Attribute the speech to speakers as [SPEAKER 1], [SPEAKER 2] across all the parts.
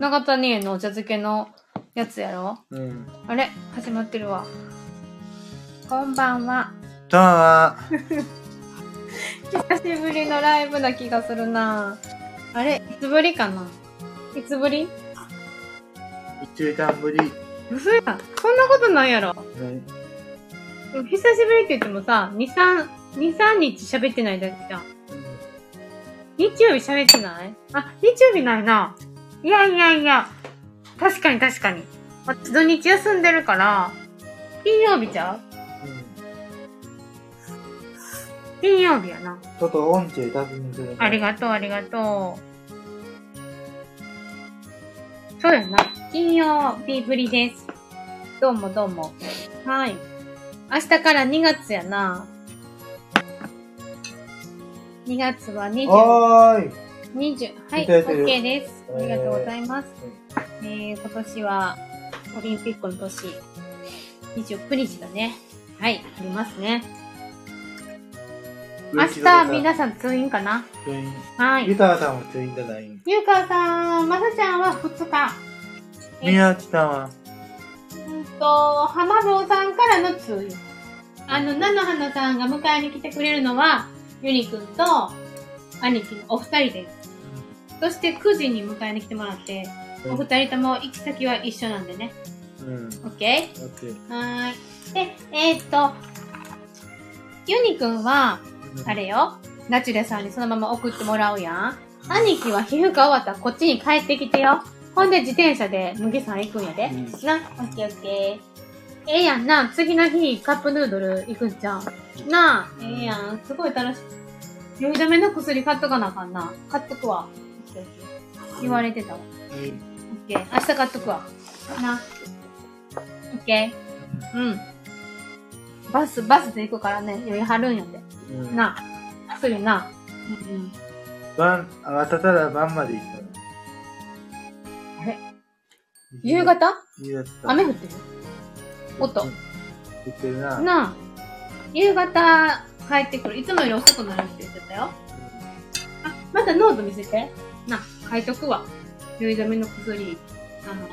[SPEAKER 1] 長谷園のお茶漬けのやつやろ
[SPEAKER 2] うん。
[SPEAKER 1] あれ始まってるわ。こんばんは。
[SPEAKER 2] とは、
[SPEAKER 1] 久しぶりのライブな気がするなあれいつぶりかないつぶり
[SPEAKER 2] 一週間ぶり。
[SPEAKER 1] 嘘やん。そんなことないやろ。
[SPEAKER 2] うん
[SPEAKER 1] でも久しぶりって言ってもさ、2、3、2、3日喋ってないだけじゃん。日曜日喋ってないあ、日曜日ないな。いやいやいや。確かに確かに。私土日休んでるから、金曜日ちゃう金曜日やな。
[SPEAKER 2] ちょっと音痴確認するね。
[SPEAKER 1] ありがとう、ありがとう。そうやな。金曜日ぶりです。どうもどうも。はい。明日から2月やな。2月は20、
[SPEAKER 2] おーい。
[SPEAKER 1] 20、はい、
[SPEAKER 2] いただいてる
[SPEAKER 1] OK です。ありがとうございます。
[SPEAKER 2] う
[SPEAKER 1] えー、今年はオリンピックの年、29日だね。はい、ありますね。
[SPEAKER 2] ん
[SPEAKER 1] 明日、皆さん通院かな
[SPEAKER 2] 全員
[SPEAKER 1] はい。
[SPEAKER 2] ゆたさんも全員だない。
[SPEAKER 1] ゆうかさん、まさちゃんは2日。え
[SPEAKER 2] みやきさんは、
[SPEAKER 1] うんと、浜坊さんからの通院。あの、菜の花さんが迎えに来てくれるのは、ゆりくんと、兄貴のお二人です。そして9時に迎えに来てもらって、お二人とも行き先は一緒なんでね。
[SPEAKER 2] うん。
[SPEAKER 1] オッケー
[SPEAKER 2] オッケー。
[SPEAKER 1] はーい。で、えーっと、ユニくんは、あれよ、ナチュレさんにそのまま送ってもらうやん。兄貴は皮膚科終わったらこっちに帰ってきてよ。ほんで自転車で麦さん行くんやで。
[SPEAKER 2] うん
[SPEAKER 1] な、オッケーオッケー。ええやんな、次の日カップヌードル行くんじゃん。なあ、ええやん、すごい楽しい。酔い止めの薬買っとかなあかんな。買っとくわ。オッケーオッケー言われてたわ。
[SPEAKER 2] うん。
[SPEAKER 1] オッケー。明日買っとくわ。な。オッケー。うん。バス、バスで行くからね、酔いはるんやで。
[SPEAKER 2] うん。
[SPEAKER 1] な。すぐな。うん。
[SPEAKER 2] 晩、あたたら晩まで行ったの。
[SPEAKER 1] あれ夕方
[SPEAKER 2] 夕方。
[SPEAKER 1] 雨降ってる音
[SPEAKER 2] うん。言ってるな。うん
[SPEAKER 1] なあ。夕方帰ってくる。いつもより遅くなるって言ってたよ。あ、またノート見せて。な、書いとくわ。酔い止めの薬、あの、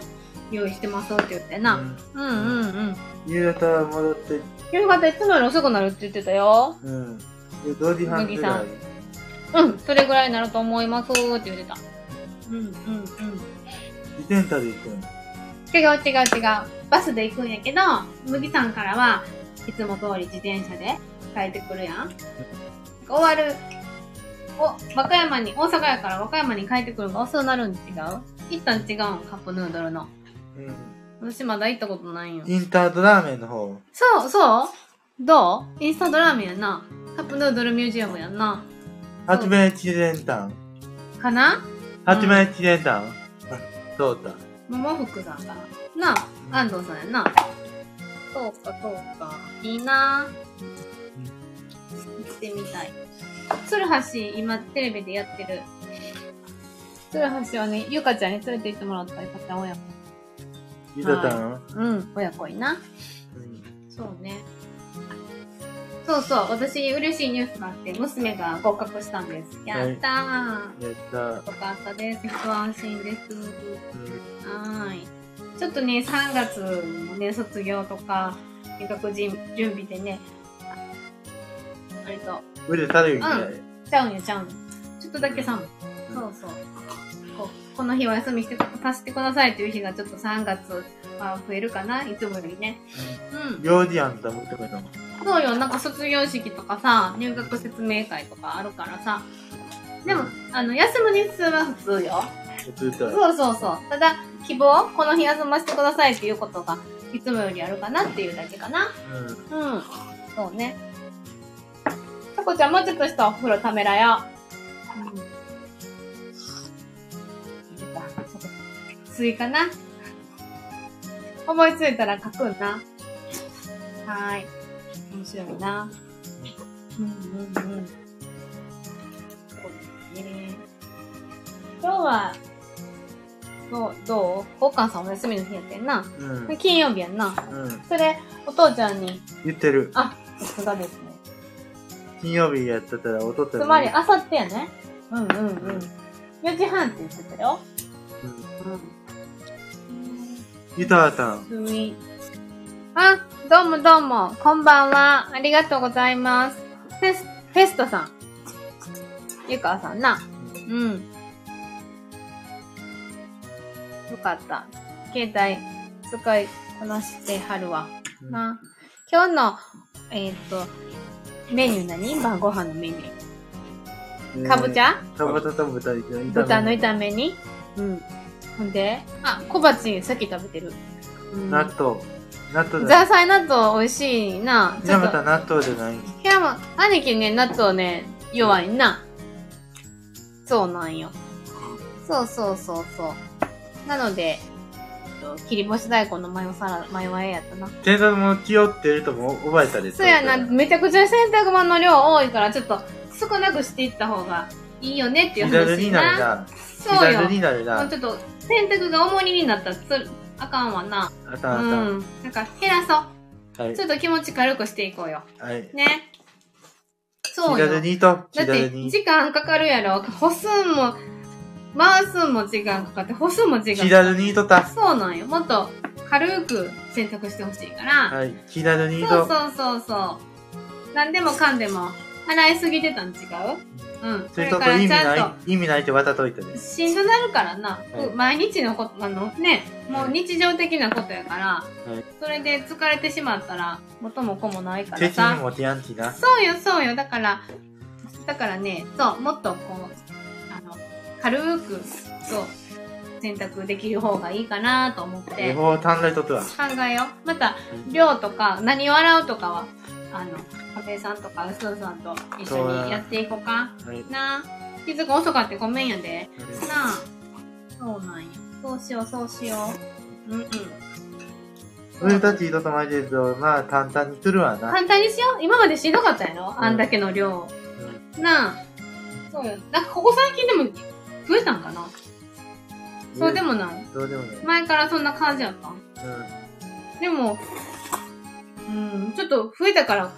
[SPEAKER 1] 用意してますって言って
[SPEAKER 2] う
[SPEAKER 1] な。
[SPEAKER 2] ん
[SPEAKER 1] うん、うん、うん。
[SPEAKER 2] 夕方戻って、
[SPEAKER 1] 夕方いつもより遅くなるって言ってたよ。
[SPEAKER 2] うん。で、同時半ぐらい。
[SPEAKER 1] うん、それぐらいになると思いますって言ってた。うんうんうん。
[SPEAKER 2] 自転車で行くの。
[SPEAKER 1] 違う違う違う。バスで行くんやけど、麦さんからはいつも通り自転車で帰ってくるやん。終わる。お、和歌山に、大阪やから和歌山に帰ってくるのが遅くなるん違う一旦違うん、カップヌードルの。
[SPEAKER 2] うん。
[SPEAKER 1] 私まだ行ったことないんよ。
[SPEAKER 2] インタートラーメンの方。
[SPEAKER 1] そうそうどうインスタントラーメンやな。カップヌードルミュージアムやな。
[SPEAKER 2] 八面一連単。
[SPEAKER 1] かな
[SPEAKER 2] 八面一連単。どうだ
[SPEAKER 1] 桃福さんかななあ安藤さんやなそうかそうかいいな行ってみたい鶴橋今テレビでやってる鶴橋はねゆかちゃんに連れて行ってもらったゆかちゃん親子
[SPEAKER 2] ゆたたん
[SPEAKER 1] うん親子いな
[SPEAKER 2] うん
[SPEAKER 1] そうねそうそう私嬉しいニュースがあって娘が合格したんですやったー、
[SPEAKER 2] やった。
[SPEAKER 1] よかったですご安心です
[SPEAKER 2] うん
[SPEAKER 1] はーい。ちょっとね、3月のね、卒業とか、入学準備でね、あれと、
[SPEAKER 2] 腕たるみたい。
[SPEAKER 1] ちゃうんよ、ちゃうんよ。ちょっとだけ寒い。そうそう。こうこの日は休みしてさせてくださいっていう日がちょっと3月は増えるかないつもよりね。うん。
[SPEAKER 2] 行事やんと思ってくれたもん。
[SPEAKER 1] そうよ、なんか卒業式とかさ、入学説明会とかあるからさ。でも、あの、休む日数は普通よ。
[SPEAKER 2] ずっと。
[SPEAKER 1] そうそうそう。ただ、希望この日休ませてくださいっていうことが、いつもよりあるかなっていうだけかな。
[SPEAKER 2] うん。
[SPEAKER 1] うん。そうね。さこちゃん、もうちょっとしたお風呂ためらよ。うん。スイかな思いついたら書くんな。はーい。面白いな。うんうんうん。そうですね。今日は、どう、どうお母さんお休みの日やってんな。
[SPEAKER 2] うん。
[SPEAKER 1] 金曜日やんな。
[SPEAKER 2] うん。
[SPEAKER 1] それ、お父ちゃんに、
[SPEAKER 2] 言ってる。
[SPEAKER 1] あ、さすがですね。
[SPEAKER 2] 金曜日やってたら、おとっ
[SPEAKER 1] つ
[SPEAKER 2] た
[SPEAKER 1] まり、あさってやね。うんうんうん。4時半って言ってたよ。
[SPEAKER 2] ゆたたん。
[SPEAKER 1] すい。あ、どうもどうも、こんばんは。ありがとうございます。フェス、フェストさん。ゆかわさんな。うん。よかった。携帯使いこなしてはるわ。
[SPEAKER 2] うん
[SPEAKER 1] な。今日の、えーっ、と、メニュー何晩ご飯のメニュー。かぼち
[SPEAKER 2] ゃ
[SPEAKER 1] ゃ
[SPEAKER 2] かぼちゃと豚肉の炒め。
[SPEAKER 1] 豚の炒めに。うん。ほんで、あ、小鉢さっき食べてる。うん
[SPEAKER 2] 納豆。納豆だ。
[SPEAKER 1] ザーサイ納豆美味しいな。ちょ
[SPEAKER 2] な
[SPEAKER 1] っ
[SPEAKER 2] ま
[SPEAKER 1] と
[SPEAKER 2] た、納豆じゃない。
[SPEAKER 1] 部屋も、兄貴ね、納豆ね、弱いな。そうなんよ。そうそうそうそう。なので、えっと切り干し大根のマヨサラ、マヨ和えやったな。
[SPEAKER 2] 天丼も気負ってるとも覚えたで。
[SPEAKER 1] そうやな、
[SPEAKER 2] み
[SPEAKER 1] めちゃくちゃ洗濯物の量多いから、ちょっと少なくしていった方がいいよねっていう
[SPEAKER 2] だる
[SPEAKER 1] 話
[SPEAKER 2] に
[SPEAKER 1] に
[SPEAKER 2] なる
[SPEAKER 1] な。
[SPEAKER 2] な。み
[SPEAKER 1] そう
[SPEAKER 2] だ
[SPEAKER 1] よ。
[SPEAKER 2] る
[SPEAKER 1] も
[SPEAKER 2] になるな。
[SPEAKER 1] うちょっと、洗濯が重荷になったらつ、あかんわな。
[SPEAKER 2] あ
[SPEAKER 1] う
[SPEAKER 2] たんあ
[SPEAKER 1] ん。なんか減らそ
[SPEAKER 2] たん。は
[SPEAKER 1] う。
[SPEAKER 2] い
[SPEAKER 1] ち。ょっと気持ち軽くしていこうよ。
[SPEAKER 2] はい。
[SPEAKER 1] ね。そう
[SPEAKER 2] 気
[SPEAKER 1] よ。
[SPEAKER 2] だるにと、
[SPEAKER 1] だっ
[SPEAKER 2] 気だ
[SPEAKER 1] て
[SPEAKER 2] る、に。
[SPEAKER 1] 時間かかるやろ。歩数も、回数も時間かかって、歩数も時間
[SPEAKER 2] 気
[SPEAKER 1] かか
[SPEAKER 2] だるにとた。
[SPEAKER 1] そうなんよ。もっと軽く選択してほしいから。
[SPEAKER 2] はい。気だるに
[SPEAKER 1] そう
[SPEAKER 2] と、
[SPEAKER 1] そうそうそう。何でもかんでも、洗いすぎてたん違ううん。
[SPEAKER 2] それとこ意味
[SPEAKER 1] ち
[SPEAKER 2] な
[SPEAKER 1] ゃ
[SPEAKER 2] い、意味ないって渡っといたで
[SPEAKER 1] んと、。しんどなるからな。
[SPEAKER 2] はい
[SPEAKER 1] 毎日のこと、あのね、もう日常的なことやから、
[SPEAKER 2] い
[SPEAKER 1] それで疲れてしまったら、元も子もないからさ。
[SPEAKER 2] 敵にもてやんきな。
[SPEAKER 1] そうよ、そうよ。だから、だからね、そう、もっとこう、あの、軽く、そう、選択できる方がいいかなと思って、
[SPEAKER 2] 予
[SPEAKER 1] 考
[SPEAKER 2] 報を単麗ととは。
[SPEAKER 1] えよう。また、量とか、何を洗うとかは、あの、カフェさんとか、ウスーさんと一緒にやっていこうか。
[SPEAKER 2] はい。
[SPEAKER 1] なあ、気づく遅かってごめんやで。なあ、そうなんよ。そうしよう、そうしよう。うんうん。
[SPEAKER 2] 俺たちととまいてると、まあ、簡単にするわな。
[SPEAKER 1] 簡単にしよう。今までしんどかったやろあんだけの量。
[SPEAKER 2] うん
[SPEAKER 1] なあ。そうよ。なんかここ最近でも増えたんかな、そうで。もない。
[SPEAKER 2] どうでもない。
[SPEAKER 1] 前からそんな感じやったん
[SPEAKER 2] う
[SPEAKER 1] でも、うん、ちょっと増えたから、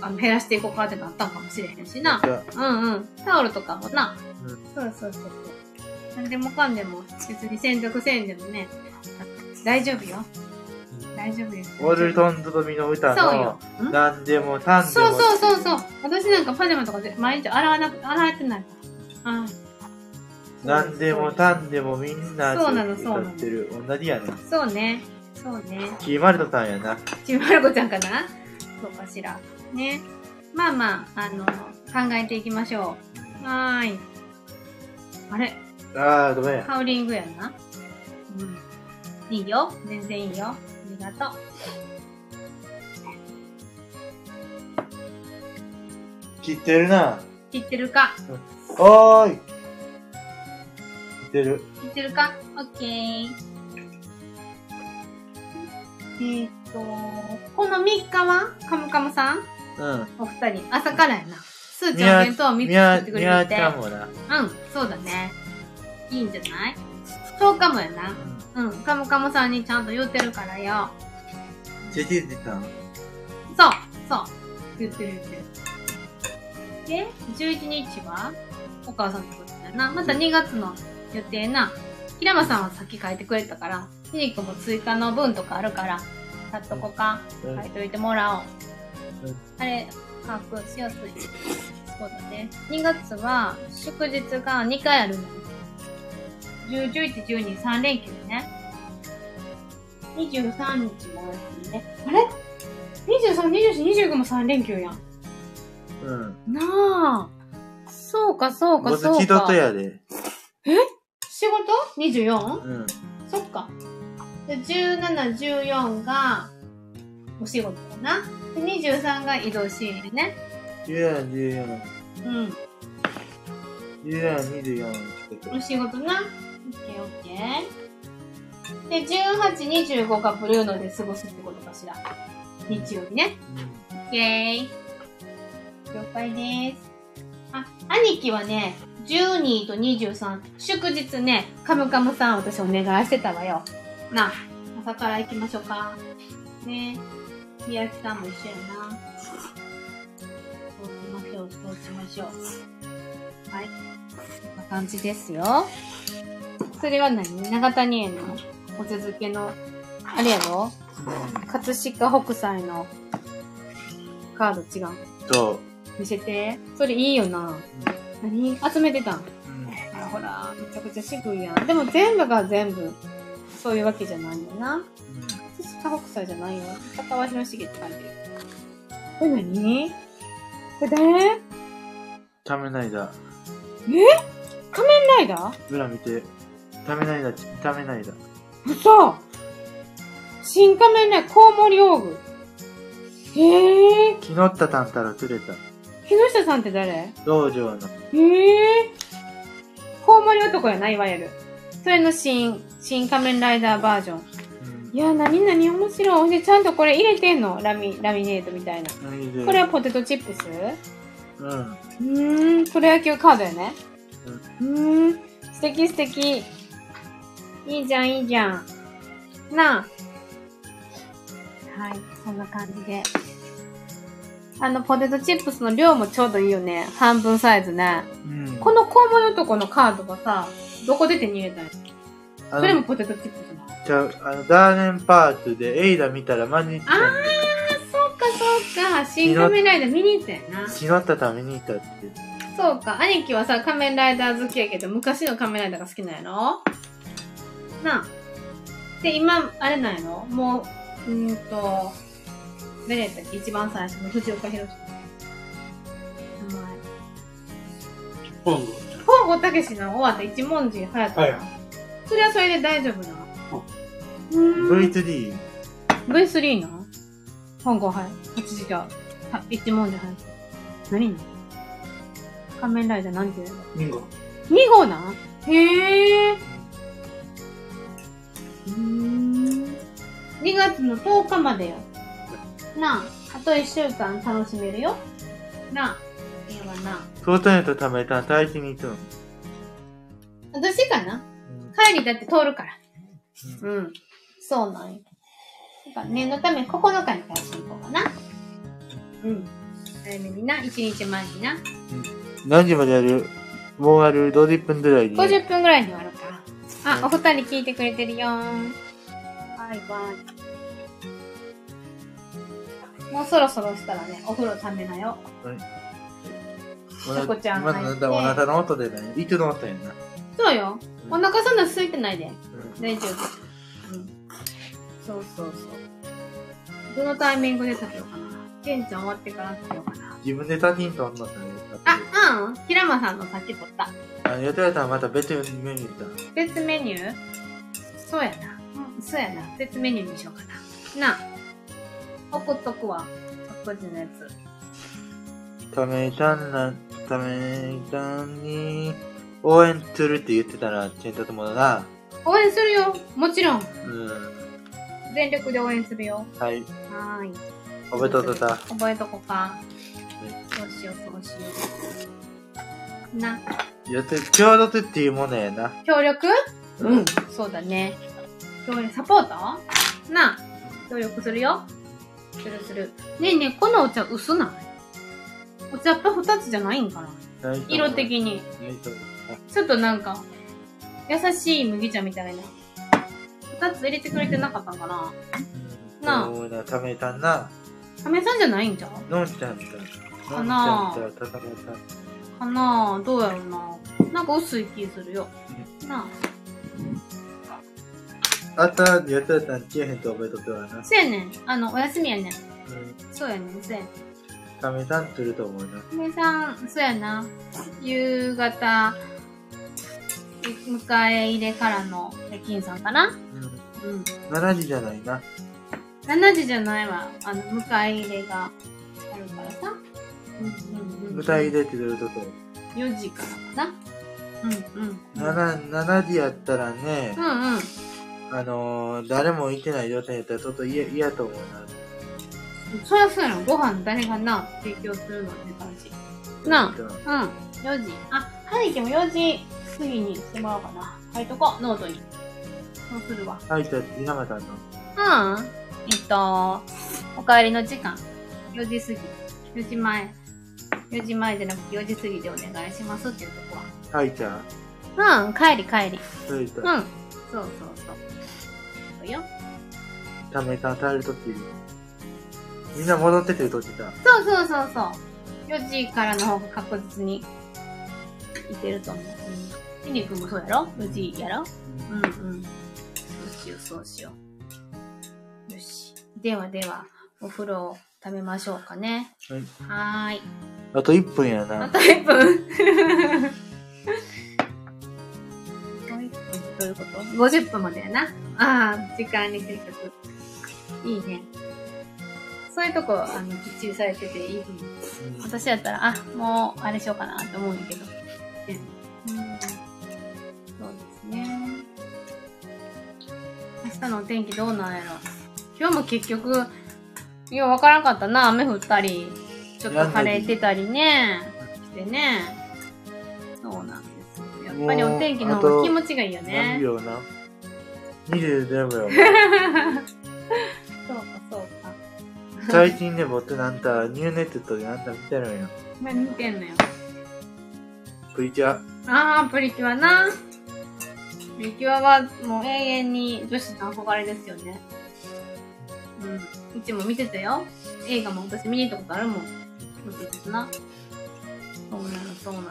[SPEAKER 1] あの、減らしていこうかってなったんかもしれへんし
[SPEAKER 2] ん。
[SPEAKER 1] な。
[SPEAKER 2] じゃ
[SPEAKER 1] うんうん。タオルとかもな。
[SPEAKER 2] うん
[SPEAKER 1] そうそうそうそう。なんでもかんでも、別に洗濯せんでもね、大丈夫よ。大丈夫です。
[SPEAKER 2] あオルトンととみの歌
[SPEAKER 1] そうよ
[SPEAKER 2] の、。
[SPEAKER 1] ん
[SPEAKER 2] なんでも単で
[SPEAKER 1] そう
[SPEAKER 2] も。
[SPEAKER 1] そうそうそう。私なんかパジャマとかで毎日洗わなく、洗えてないから。うん。
[SPEAKER 2] なんでも単でもみんな
[SPEAKER 1] そうなのそうな
[SPEAKER 2] 歌
[SPEAKER 1] の
[SPEAKER 2] ってる。同じやな。
[SPEAKER 1] そうね。そうね。
[SPEAKER 2] キーマルトさんやな。
[SPEAKER 1] ちびまる子ちゃんかなそうかしら。ね。まあまあ、あの、考えていきましょう。はーい。あれ
[SPEAKER 2] あー、ごめん。
[SPEAKER 1] ハウリングやな。うん。いいよ。全然いいよ。ありがとう。
[SPEAKER 2] 切ってるな。
[SPEAKER 1] 切ってるか
[SPEAKER 2] おーい。切ってる。
[SPEAKER 1] 切ってるかオッケー。えーっと、この3日はカムカムさん
[SPEAKER 2] うん。
[SPEAKER 1] お二人、朝からやな。スーちゃんお弁当を3つ
[SPEAKER 2] み
[SPEAKER 1] 作
[SPEAKER 2] や、
[SPEAKER 1] ってく
[SPEAKER 2] み
[SPEAKER 1] れるっ
[SPEAKER 2] や
[SPEAKER 1] て
[SPEAKER 2] ち。ゃんもな。
[SPEAKER 1] うん、そうだね。いいんじゃない10日もやな。うん、カムカムさんにちゃんと言ってるからよ。
[SPEAKER 2] チェチェチェさん。
[SPEAKER 1] そう、そう。言ってる言ってる。で、11日はお母さんのことだな。また2月の予定な。平間さんはさっき書いてくれたから、ひじくも追加の分とかあるから、買っとこか。
[SPEAKER 2] うん
[SPEAKER 1] 書いといてもらお
[SPEAKER 2] う。
[SPEAKER 1] うんあれ、把握しやすい。そうだね。2月は祝日が2回あるの。10、11、12、3連休ね。23日もお休みね。あれ ?23、24、25も3連休やん。
[SPEAKER 2] うん。
[SPEAKER 1] なあ。そうか、そう
[SPEAKER 2] ご
[SPEAKER 1] か、そ
[SPEAKER 2] つ
[SPEAKER 1] う
[SPEAKER 2] きとと
[SPEAKER 1] か。
[SPEAKER 2] やで。
[SPEAKER 1] 仕事 ?24?
[SPEAKER 2] うん。
[SPEAKER 1] そっか。で、17、14がお仕事かな。で、23が移動支援ね。
[SPEAKER 2] 14、14、
[SPEAKER 1] うん。
[SPEAKER 2] 14、24、ちょっ
[SPEAKER 1] お仕事な。オッケーオッケー。で、18、25がブルーノで過ごすってことかしら。日曜日ね。オッケー。了解です。あ、兄貴はね、12と23、祝日ね、カムカムさん私お願いしてたわよ。なあ、朝から行きましょうか。ねえ、宮城さんも一緒やな。そうしましょう、そうしましょう。はい。こんな感じですよ。それは何長谷園のお茶漬けの、あれやろ葛飾北斎のカード違う。
[SPEAKER 2] そう。
[SPEAKER 1] 見せて。それいいよな。何集めてたん
[SPEAKER 2] うん
[SPEAKER 1] あらほら、めちゃくちゃ渋いやん。でも全部が全部、そういうわけじゃないんだな。葛飾北斎じゃないよ。高川広重って書いてる。これ何これ誰
[SPEAKER 2] 仮面ライダー。
[SPEAKER 1] ライダー
[SPEAKER 2] 裏見て。仮面ライダー、仮面ライダー。
[SPEAKER 1] 嘘新仮面ライダー、コウモリオーグ。へえ。
[SPEAKER 2] 木のったたんたら釣れた。
[SPEAKER 1] 木下さんって誰
[SPEAKER 2] 道場の。
[SPEAKER 1] へえ。コウモリ男やな、いわゆる。それの新、新仮面ライダーバージョン。
[SPEAKER 2] うん
[SPEAKER 1] いや、なになに面白い。ほんで、ちゃんとこれ入れてんのラミ、ラミネートみたいな。
[SPEAKER 2] 何で
[SPEAKER 1] これはポテトチップス
[SPEAKER 2] うん。
[SPEAKER 1] うーん、プロ野球カードやね。うーん、素敵素敵。いいじゃん、いいじゃん。なあ。はい、そんな感じで。あの、ポテトチップスの量もちょうどいいよね。半分サイズね。
[SPEAKER 2] うん。
[SPEAKER 1] このコウモリ男のカードがさ、どこ出て逃げたんや
[SPEAKER 2] あ
[SPEAKER 1] それも
[SPEAKER 2] の、
[SPEAKER 1] ポテトチップスなの
[SPEAKER 2] ちゃうあの、ダーレンパーツでエイダ見たら真似に行ったんで
[SPEAKER 1] そっかそっか、新仮面ライダー見に行ったよな。
[SPEAKER 2] 木のったたん見に行ったって。
[SPEAKER 1] そうか、兄貴はさ、仮面ライダー好きやけど、昔の仮面ライダーが好きなんやろなあ。で、今、あれなんやろもう、うーんと、誰やったっけ一番最初の藤岡弘名前。
[SPEAKER 3] 今度
[SPEAKER 1] 本郷武の終わった一文字流行ったな。
[SPEAKER 3] はい
[SPEAKER 1] それはそれで大丈夫なの。うーん
[SPEAKER 2] V3、
[SPEAKER 1] V3 な本郷はい。8時間。は一文字入った。何なの仮面ライダーなんていうの
[SPEAKER 3] ミンゴ。
[SPEAKER 1] 2号なんへえ。うーん。2月の10日までよ。なあ、あと1週間楽しめるよ。なあ、ええわな。
[SPEAKER 2] トートネット貯めたん大気に行くの。
[SPEAKER 1] 私かな
[SPEAKER 2] うん
[SPEAKER 1] 帰りだって通るから。うん。そうなんよ。だから念のため9日に返していこうかな。うん。早めにな、1日前にな。
[SPEAKER 2] 何時までやるもうある50分ぐらいに。
[SPEAKER 1] 50分ぐらいに終わるか。あ、お二人聞いてくれてるよーん。バイバイ。もうそろそろしたらね、お風呂ためなよ。
[SPEAKER 2] お
[SPEAKER 1] こちゃん
[SPEAKER 2] まだなんだお
[SPEAKER 1] 入って
[SPEAKER 2] 腹の音でね。いつの音やんな。
[SPEAKER 1] そうよ。
[SPEAKER 2] うん
[SPEAKER 1] お腹そんな空いてないで。
[SPEAKER 2] う
[SPEAKER 1] 大丈夫。うん。そうそうそう。どのタイミングで食べようかな。ケンちゃん終わってから食べようかな。
[SPEAKER 2] ん自分でタキンとんのさね。
[SPEAKER 1] あ、うん。平間さんのさっき取った。
[SPEAKER 2] あの、やってられたらまた別にメニューだ。
[SPEAKER 1] 別メニューそうやな。うん、そうやな。別メニューにしようかな。なあ。送っとくわ。こっちのやつ。
[SPEAKER 2] ためたんな、ためたんに、応援するって言ってたら、ケンタともだな。
[SPEAKER 1] 応援するよ。もちろん。
[SPEAKER 2] うん。
[SPEAKER 1] 全力で応援するよ。
[SPEAKER 2] はい。
[SPEAKER 1] はーい。
[SPEAKER 2] おべととた。
[SPEAKER 1] 覚えとこか。そうしよう、そうしよう。な、
[SPEAKER 2] やって、協力っていうものやな。
[SPEAKER 1] 協力うん。そうだね。協力、サポートな、協力するよ。するする。ねえねえ、このお茶薄ないお茶っぱ二つじゃないんかな
[SPEAKER 2] ないと思う
[SPEAKER 1] 色的。に。
[SPEAKER 2] ないと思う
[SPEAKER 1] ちょっとなんか、優しい麦茶みたいな。二つ入れてくれてなかったんかな
[SPEAKER 2] うん
[SPEAKER 1] なあ
[SPEAKER 2] そうだ、ためたんな。
[SPEAKER 1] 亀さんじゃないんじゃう
[SPEAKER 2] のんちゃんと、
[SPEAKER 1] か
[SPEAKER 2] の
[SPEAKER 1] なん
[SPEAKER 2] ちゃんと、ためたん。
[SPEAKER 1] かなあどうやろうななんか薄い気するよ。な
[SPEAKER 2] あった、やってられたら、消えへんと覚えとくわな
[SPEAKER 1] あ。。そうやねん。あの、お休みやねん。
[SPEAKER 2] うん。
[SPEAKER 1] そうやねん、そうやねん。
[SPEAKER 2] ためたんすると思うな。
[SPEAKER 1] 姫さん、そうやな。夕方、い迎え入れからの夜勤さんかな
[SPEAKER 2] うん。
[SPEAKER 1] うん。
[SPEAKER 2] 7時じゃないな。
[SPEAKER 1] 7時じゃないわ。あの、迎え入れがあるからさ。うんうんうん。
[SPEAKER 2] 舞台出てくるとこ。
[SPEAKER 1] 4時からかな。うんうん。
[SPEAKER 2] 7、7時やったらね、
[SPEAKER 1] うんうん。
[SPEAKER 2] あのー、誰もいてない状態やったらちょっと嫌嫌と思うな。
[SPEAKER 1] そりゃそうやろ。ご飯誰がな、提供するのって感じ。なあ、うん。4時。あ、兄貴も4時過ぎにしてもらおうかな。書いとこう、ノートに。そうするわ。
[SPEAKER 2] あ。はい、じゃあ、稲葉さんの。
[SPEAKER 1] うん。えっと、お帰りの時間。4時過ぎ。4時前。4時前じゃなくて4時過ぎでお願いしますっていうとこは。
[SPEAKER 2] はい、じゃあ。
[SPEAKER 1] うん、帰り帰り。
[SPEAKER 2] トイレ行っ
[SPEAKER 1] う
[SPEAKER 2] た
[SPEAKER 1] ん。
[SPEAKER 2] ら、
[SPEAKER 1] そうそうそう。そうよ。
[SPEAKER 2] ためた耐えるとき、みんな戻っててるときだ。
[SPEAKER 1] そうそうそうそう。4時からの方が確実にいけると思う。うん。ミニ君もそうやろ ?4 時やろうんうん。そうしよう、そうしよう。よし。ではでは、お風呂を食べましょうかね。
[SPEAKER 2] はい
[SPEAKER 1] はーい。
[SPEAKER 2] あと1分や
[SPEAKER 1] あ
[SPEAKER 2] な。
[SPEAKER 1] と1分。もう1分どういうこと ?50 分までやな。ああ、時間に計画。いいね。そういうとこ、あの、きっちりされてていいと思う。私やったら、あ、もう、あれしようかなって思うんやけど。ねうん。そうですね。明日のお天気どうなんやろ。今日も結局、ようわからんかったな。雨降ったり、ちょっと晴れてたりね。してね。そうなんですよ。やっぱりお天気の方が気持ちがいいよ
[SPEAKER 2] 何
[SPEAKER 1] ね。
[SPEAKER 2] 秒な ?27 秒。
[SPEAKER 1] そうか、そうか。
[SPEAKER 2] 最近ね、僕なんか、ニューネットでなんか見てるんよ。
[SPEAKER 1] 何見てんのよ。
[SPEAKER 2] プリキュア。
[SPEAKER 1] ああ、プリキュアな。プリキュアはもう永遠に女子の憧れですよね。うん。うちも見てたよ。映画も私見に行ったことあるもん。見てたしな。そうなの、そうなの。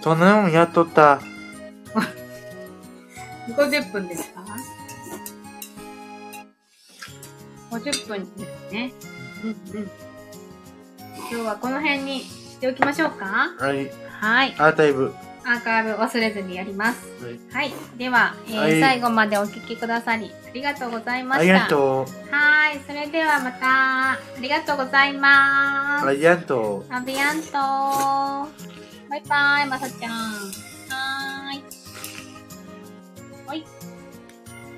[SPEAKER 2] そんなもんやっとった。
[SPEAKER 1] 50分ですか ?50 分ですね。うんうん。今日はこの辺にしておきましょうか
[SPEAKER 2] はい。
[SPEAKER 1] はい。
[SPEAKER 2] アーカイブ。
[SPEAKER 1] アーカイブ忘れずにやります。
[SPEAKER 2] は
[SPEAKER 1] は
[SPEAKER 2] い。
[SPEAKER 1] い。では、えー
[SPEAKER 2] はい
[SPEAKER 1] 最後までお聞きくださり、ありがとうございま
[SPEAKER 2] あ
[SPEAKER 1] し
[SPEAKER 2] り
[SPEAKER 1] た。
[SPEAKER 2] がと
[SPEAKER 1] はーい。それではまた、ありがとうございま
[SPEAKER 2] う。
[SPEAKER 1] す。
[SPEAKER 2] ありがとう。
[SPEAKER 1] アビアントバイバイ、まさちゃん。はーい。はい。